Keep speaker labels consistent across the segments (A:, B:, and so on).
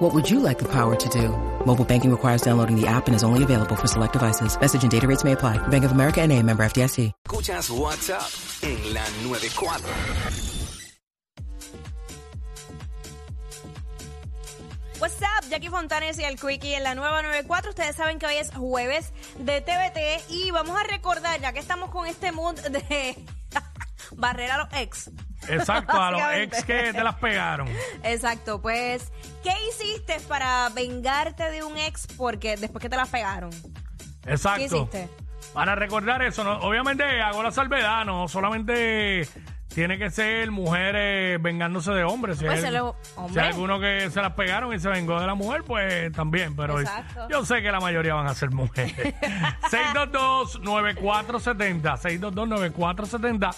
A: What would you like the power to do? Mobile banking requires downloading the app and is only available for select devices. Message and data rates may apply. Bank of America and a member FDIC.
B: Escuchas WhatsApp en la 94.
C: What's up, Jackie Fontanes y el Quickie en la nueva 94. Ustedes saben que hoy es jueves de TVT y vamos a recordar, ya que estamos con este mood de barrer a los ex.
D: Exacto, a los
C: Básicamente.
D: ex que te las pegaron.
C: Exacto, pues, ¿qué hiciste para vengarte de un ex porque después que te la pegaron? ¿Qué
D: Exacto.
C: hiciste?
D: Para recordar eso, no- obviamente hago la salvedad, no solamente tiene que ser mujeres vengándose de hombres. Si,
C: Puede
D: hay-
C: ser los
D: si
C: hombres.
D: hay alguno que se las pegaron y se vengó de la mujer, pues también, pero
C: Exacto.
D: yo sé que la mayoría van a ser mujeres. 622-9470, 622-9470.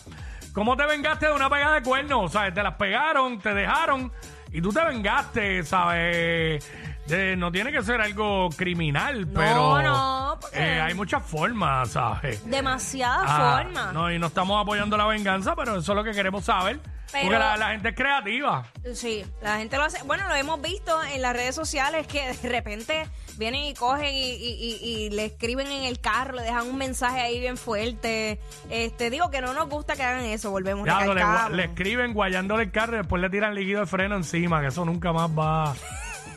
D: ¿Cómo te vengaste de una pegada de cuernos? O sea, te las pegaron, te dejaron y tú te vengaste, ¿sabes? De- no tiene que ser algo criminal,
C: No,
D: pero
C: no, porque-
D: eh, hay muchas formas, ¿sabes?
C: Demasiada
D: Ah,
C: forma.
D: No, y no estamos apoyando la venganza, pero eso es lo que queremos saber.
C: Pero-
D: Porque la, la gente es creativa.
C: Sí, la gente lo hace. Bueno, lo hemos visto en las redes sociales que de repente vienen y cogen y, y- y- y le escriben en el carro, le dejan un mensaje ahí bien fuerte. Este, digo que no nos gusta que hagan eso, volvemos a
D: Diablo, le, gua- le escriben guayándole el carro y después le tiran líquido de freno encima, que eso nunca más va.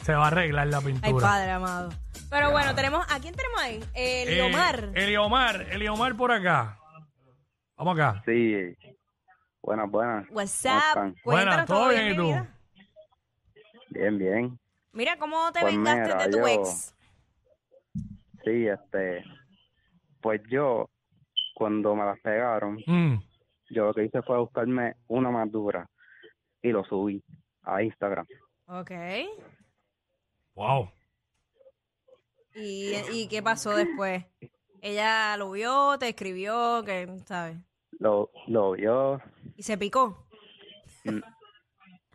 D: se va a arreglar la pintura.
C: Ay, padre amado. Pero bueno, tenemos, ¿a quién tenemos ahí? El
D: Eh,
C: Omar.
D: Eliomar, Eliomar por acá. Vamos acá.
E: Sí. Buenas, buenas. ¿Cómo
C: WhatsApp.
E: están?
C: Cuéntanos
D: Buenas,
C: todo bien,
D: ¿y
C: mi
D: tú?
C: vida?
E: Bien, bien.
C: Mira, ¿cómo te
E: Pues
C: vengaste
E: mira,
C: de tu
E: yo-
C: ex?
E: Sí, este. Pues yo, cuando me las pegaron,
D: Mm.
E: yo lo que hice fue buscarme una más dura y lo subí a Instagram.
C: Ok.
D: Wow.
C: ¿Y, ¿Y qué pasó después? Ella lo vio, te escribió, que, ¿sabes?
E: Lo, lo vio.
C: Y se picó.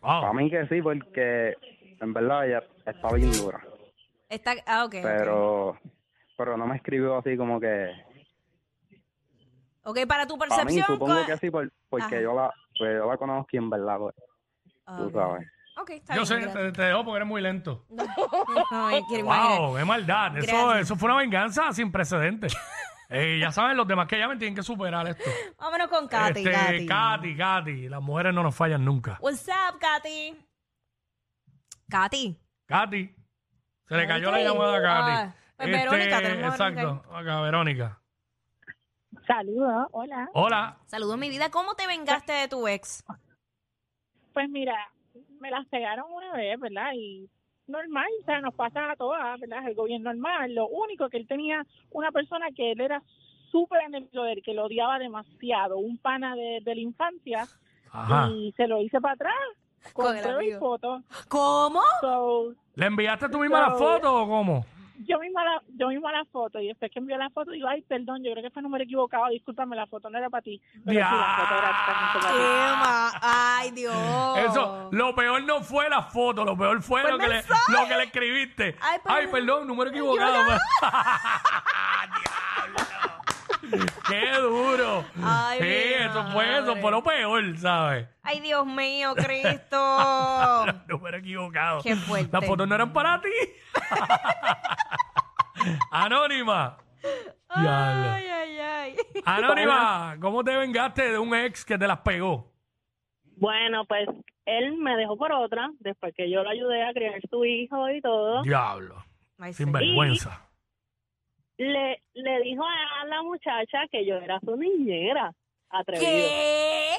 E: Para
D: Wow.
E: mí que sí, porque en verdad ella está bien dura.
C: Está, ah, ok. ok.
E: Pero, pero no me escribió así como que.
C: Ok, para tu
E: Para mí,
C: percepción.
E: supongo
C: ¿cuál-
E: que sí, por-
C: Ajá.
E: porque yo la, pues yo la conozco y en verdad, pues,
C: Ah,
E: tú
C: ok.
E: sabes.
C: Ok, está
D: Yo
C: bien.
D: sé,
C: gracias.
D: te, te dejo porque eres muy lento.
C: Ay, quiero imaginar.
D: Wow, qué maldad. Eso,
C: Gracias.
D: eso fue una venganza sin precedentes. Eh, ya saben, los demás que llamen tienen que superar esto.
C: Vámonos con Katy,
D: Este,
C: Katy.
D: Katy, Katy, las mujeres no nos fallan nunca.
C: What's up, Katy? Katy.
D: Katy, se le cayó la
C: Katy.
D: llamada a Katy. Este,
C: Ah, pues Verónica, tenemos a Verónica
D: Exacto, acá Verónica.
F: Saludos, hola.
D: Hola,
C: Saludos, mi vida. ¿Cómo te vengaste de tu ex?
F: Pues mira, me las pegaron una vez, ¿verdad? Y normal, o sea, nos pasa a todas, ¿verdad? Es Algo bien normal. Lo único que él tenía una persona que él era súper enemigo de él, que lo odiaba demasiado, un pana de, de la infancia,
D: ajá.
F: y se lo hice para atrás
C: Con
F: con
C: el
F: todo y
C: amigo. ¡Ah!
F: foto.
C: ¿Cómo?
F: So,
D: ¿Le enviaste tú misma la
F: so-
D: foto o cómo?
F: yo misma la, yo misma la foto y después que envió la foto digo, ay, perdón, yo creo que fue el número equivocado, discúlpame, la foto no era para ti. Pero sí, la foto era totalmente
C: Qué
F: para ti.
C: ma- Ay, Dios.
D: Eso, lo peor no fue la foto, lo peor fue
C: Oh. Fue
D: lo
C: el
D: que, le,
C: mensaje.
D: lo que le escribiste.
C: Ay,
D: Ay,
C: perdón.
D: perdón, número equivocado. ¡Diablo! ¡Qué duro!
C: Ay,
D: sí,
C: mi
D: eso fue, eso
C: madre.
D: fue lo peor, ¿sabes?
C: Ay, Dios mío, Cristo.
D: número equivocado.
C: Qué fuerte.
D: Las fotos no eran para ti. Anónima. Diablo.
C: ay, ay, ay.
D: Anónima, ¿cómo te vengaste de un ex que te las pegó?
G: Bueno, pues él me dejó por otra, después que yo lo ayudé a criar su hijo y todo.
D: Diablo.
C: Ay, sí.
D: Sin vergüenza.
G: Le, le dijo a la muchacha que yo era su niñera. Atrevido.
C: ¿Qué?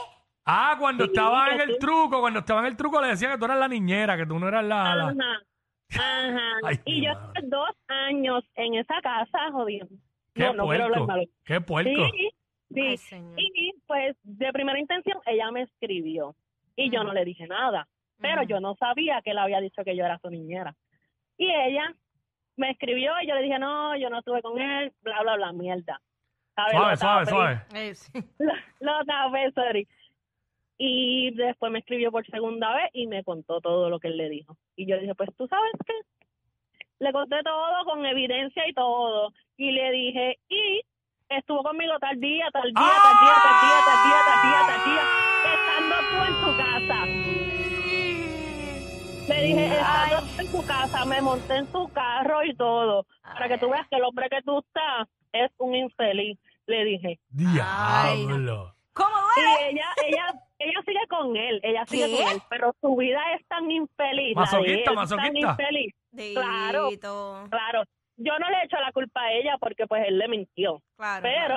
D: Ah, cuando
G: Sí,
D: estaba en
G: que
D: el
G: tú-
D: truco, cuando estaba en el truco le decía que tú eras la niñera, que tú no eras la...
G: Ah,
D: la-
G: Ajá. Ajá.
D: Ay, mi
G: y yo
D: madre.
G: estuve dos años en esa casa jodiendo.
D: ¡Qué
G: no, no quiero hablar
D: puerco!
G: malo.
D: ¡Qué puerco!
G: Sí, sí.
C: Ay, señor.
G: y pues de primera intención ella me escribió y yo no le dije nada. pero
C: Ujú.
G: yo no sabía que él había dicho que yo era su niñera. Y ella me escribió y yo le dije, no, yo no estuve con él, bla, bla, bla, mierda. ¿sabes?
D: Suave,
G: Lo
D: suave,
G: tapé.
D: suave.
C: Eh, sí.
G: Lo, lo tapé, pues, sorry. Y después me escribió por segunda vez y me contó todo lo que él le dijo. Y yo le dije, pues tú sabes qué. Le conté todo con evidencia y todo. Y le dije, y estuvo conmigo tal día, tal día, tal día, tal día, tal día, tal día, tal día, estando tú en tu casa. Le dije, estando tú en tu casa, me monté en tu carro y todo. Para que tú veas que el hombre que tú estás es un infeliz. Le dije,
D: Diablo.
C: ¿Cómo
G: y
C: duele?
G: ella, ella, ella sigue con él, ella sigue
C: ¿Qué?
G: con él, pero su vida es tan infeliz. la de
D: Masoquista,
G: él, Tan
D: masoquista.
G: infeliz, Claro.
C: Dito,
G: claro. Yo no le echo la culpa a ella porque pues él le mintió,
C: claro.
G: pero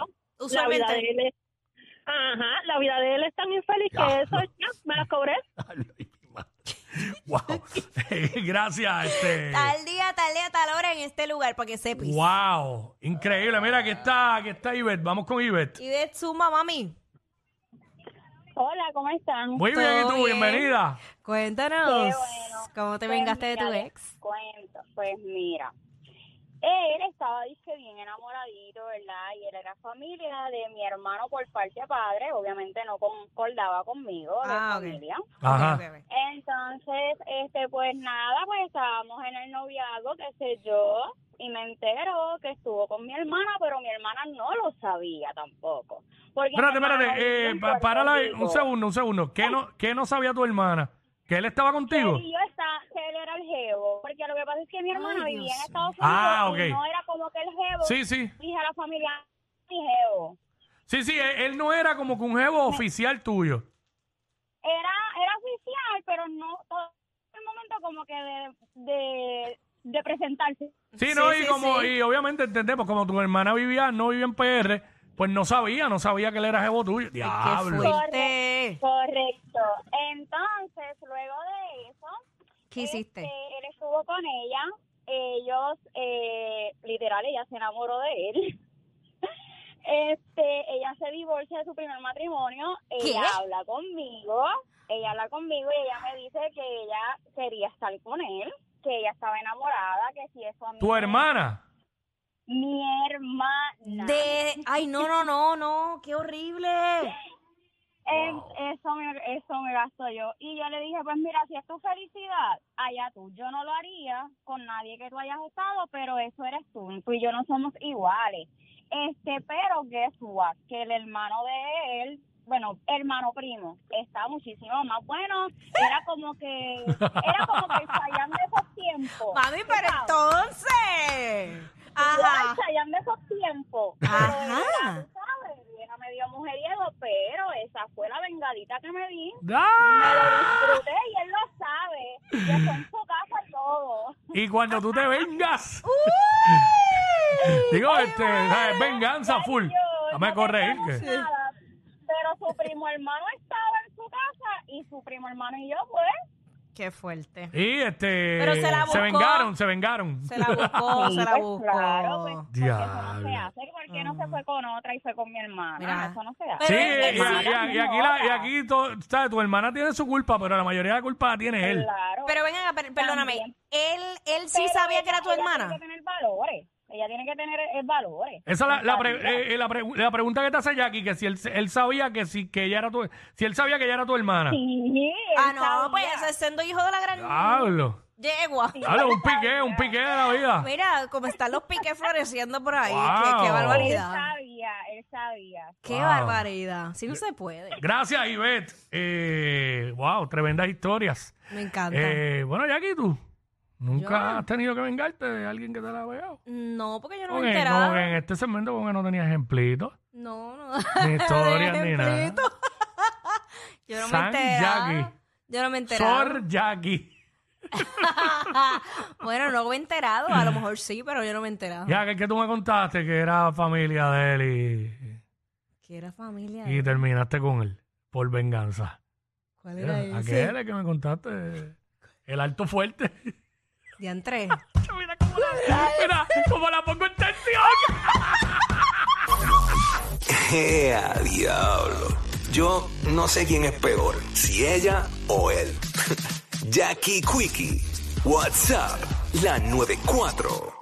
G: la vida de
C: Usualmente.
G: él es, ajá, la vida de él es tan infeliz
D: Ya.
G: que eso ya me la cobré.
D: wow. Gracias, este.
C: Tal día, tal día, tal hora en este lugar para que sepas.
D: Wow. Increíble. Mira, aquí está, aquí está Ivette. Vamos con Ivette.
C: Y de suma, mami.
F: Hola, ¿cómo están?
D: Muy bien, ¿y tú?
C: Todo bien.
D: Bienvenida.
C: Cuéntanos. ¿Cómo te
F: Pues
C: vengaste de
F: mira,
C: tu
F: les
C: ex?
F: Cuento, pues mira. Él estaba, dice, bien enamoradito, ¿verdad? Y él era familia de mi hermano por parte de padre, obviamente no concordaba conmigo de
C: Ah, ok.
F: familia.
D: Ajá.
C: Ok, ok, ok.
F: Entonces, este, pues nada, pues estábamos en el noviazgo, qué sé yo, y me entero que estuvo con mi hermana, pero mi hermana no lo sabía tampoco. Porque mi
D: Espérate,
F: hermana
D: espérate.
F: vive
D: Eh,
F: en
D: pa-
F: Puerto
D: párala ahí.
F: Rico.
D: Un segundo, un segundo. ¿Qué no, ¿Qué no sabía tu hermana? ¿Que él estaba
F: Que
D: contigo?
F: él y yo está, que él era el jevo, porque lo que pasa es que mi hermana
C: Ay,
F: vivía
C: Dios
F: en Estados Unidos
D: Ah,
F: y
D: ok.
F: no era como que el jevo,
D: Sí, sí.
F: dije a la familia, mi jevo.
D: Sí, sí. Él, él no era como que un jevo oficial tuyo.
F: Era, era oficial, pero no, todo el momento como que de, de, de presentarse.
D: Sí,
C: Sí,
D: no, y
C: sí,
D: como,
C: sí.
D: y obviamente entendemos, como tu hermana vivía, no vivía en PR, pues no sabía, no sabía que él era jevo tuyo.
C: Qué
D: Diablo.
C: fuerte.
F: Correcto. Entonces, luego de eso,
C: ¿Qué hiciste?
F: este, él estuvo con ella. Ellos, eh, literal, ella se enamoró de él. Este, ella se divorcia de su primer matrimonio.
C: ¿Qué?
F: Ella habla conmigo. Ella habla conmigo y ella me dice que ella quería estar con él, que ella estaba enamorada, que si eso a mí
D: Tu
F: me-
D: hermana.
F: Mi hermana.
C: De... Ay, no, no, no, no. Qué horrible.
F: Es- Eso, me, eso me gasto yo. Y yo le dije, pues mira, si es tu felicidad, allá tú. Yo no lo haría con nadie que tú hayas estado, pero eso eres tú. Tú y yo no somos iguales. Este, pero guess what? Que el hermano de él, bueno, hermano primo, está muchísimo más bueno. Era como que, era como que el Chayanne de esos tiempos.
C: Mami, pero
F: ¿sabes?
C: entonces.
F: Era
C: Ajá.
F: el Chayanne de esos tiempos. Pero
C: Ajá.
F: era, tú sabes, era medio mujeriego, pero esa fue la vengadita que me di.
D: ¡Ah!
F: disfruté y él lo sabe. Que fue en su casa todo.
D: Y cuando tú te vengas. Digo, este, ¿sabes? venganza full.
F: Yo
D: Dame
F: no
D: corregir.
F: pensamos
D: que-
F: nada, Pero su primo hermano estaba en su casa y su primo hermano y yo, pues.
C: Qué fuerte.
D: Y este.
C: Pero se la buscó.
D: vengaron, se vengaron.
C: Se la buscó,
F: Sí,
C: se la
F: pues,
C: buscó.
F: Claro, pues, porque eso no se
D: Diablo.
F: hace. porque no se fue con otra y fue con mi hermana?
C: Mira.
F: Eso no se hace.
C: Pero
D: Sí,
C: es-
D: y,
C: es-
D: y- y- y aquí, la- y aquí todo- ¿sabes? tu hermana tiene su culpa, pero la mayoría de la culpa la tiene él.
F: Claro.
C: Pero venga, per- perdóname.
F: También.
C: Él, él sí
F: Pero
C: sabía que
F: ella-
C: era tu
F: ella
C: hermana.
F: Tiene que tener valores. Ella tiene que tener eh, valores.
D: Esa es la, la, pre-
F: Valores.
D: eh, eh, la pre- la pregunta que te hace Jackie, que si él, él sabía que si que ella era tu, si él sabía que ella era tu hermana.
F: Sí, él
C: Ah, no,
F: sabía.
C: pues ese es siendo hijo de la gran
D: Diablo.
C: yegua.
D: Diablo, un piqué, un piqué de la vida.
C: Mira cómo están los piques floreciendo por ahí.
D: Wow.
C: Qué, qué
F: Él
C: barbaridad.
F: sabía, él sabía.
C: Qué
D: Wow.
C: barbaridad. Si no se puede.
D: Gracias, Ivette. Eh, wow, tremendas historias.
C: Me encanta.
D: Eh, bueno, Jackie, tú nunca
C: Yo.
D: has tenido que vengarte de alguien que te la ha pegado.
C: no, porque yo no
D: Porque
C: me he enterado.
D: no, en este segmento como que no tenía ejemplitos.
C: No, no.
D: Ni historias, ni nada.
C: Ejemplito. Yo no
D: San
C: me he enterado.
D: Yagi.
C: Yo no me he enterado.
D: Sor Jackie.
C: bueno, no me he enterado. A lo mejor sí, pero yo no me he enterado.
D: Ya que es que tú me contaste que era familia de él
C: Que era familia.
D: y- y, terminaste con él por venganza.
C: ¿Cuál era
D: Mira,
C: ese?
D: Aquel que me contaste, el alto fuerte.
C: Diantre.
D: mira cómo la, mira cómo la pongo en tensión.
B: ¡Ea, diablo! Yo no sé quién es peor, si ella o él. Jackie Quickie, WhatsApp, la 94.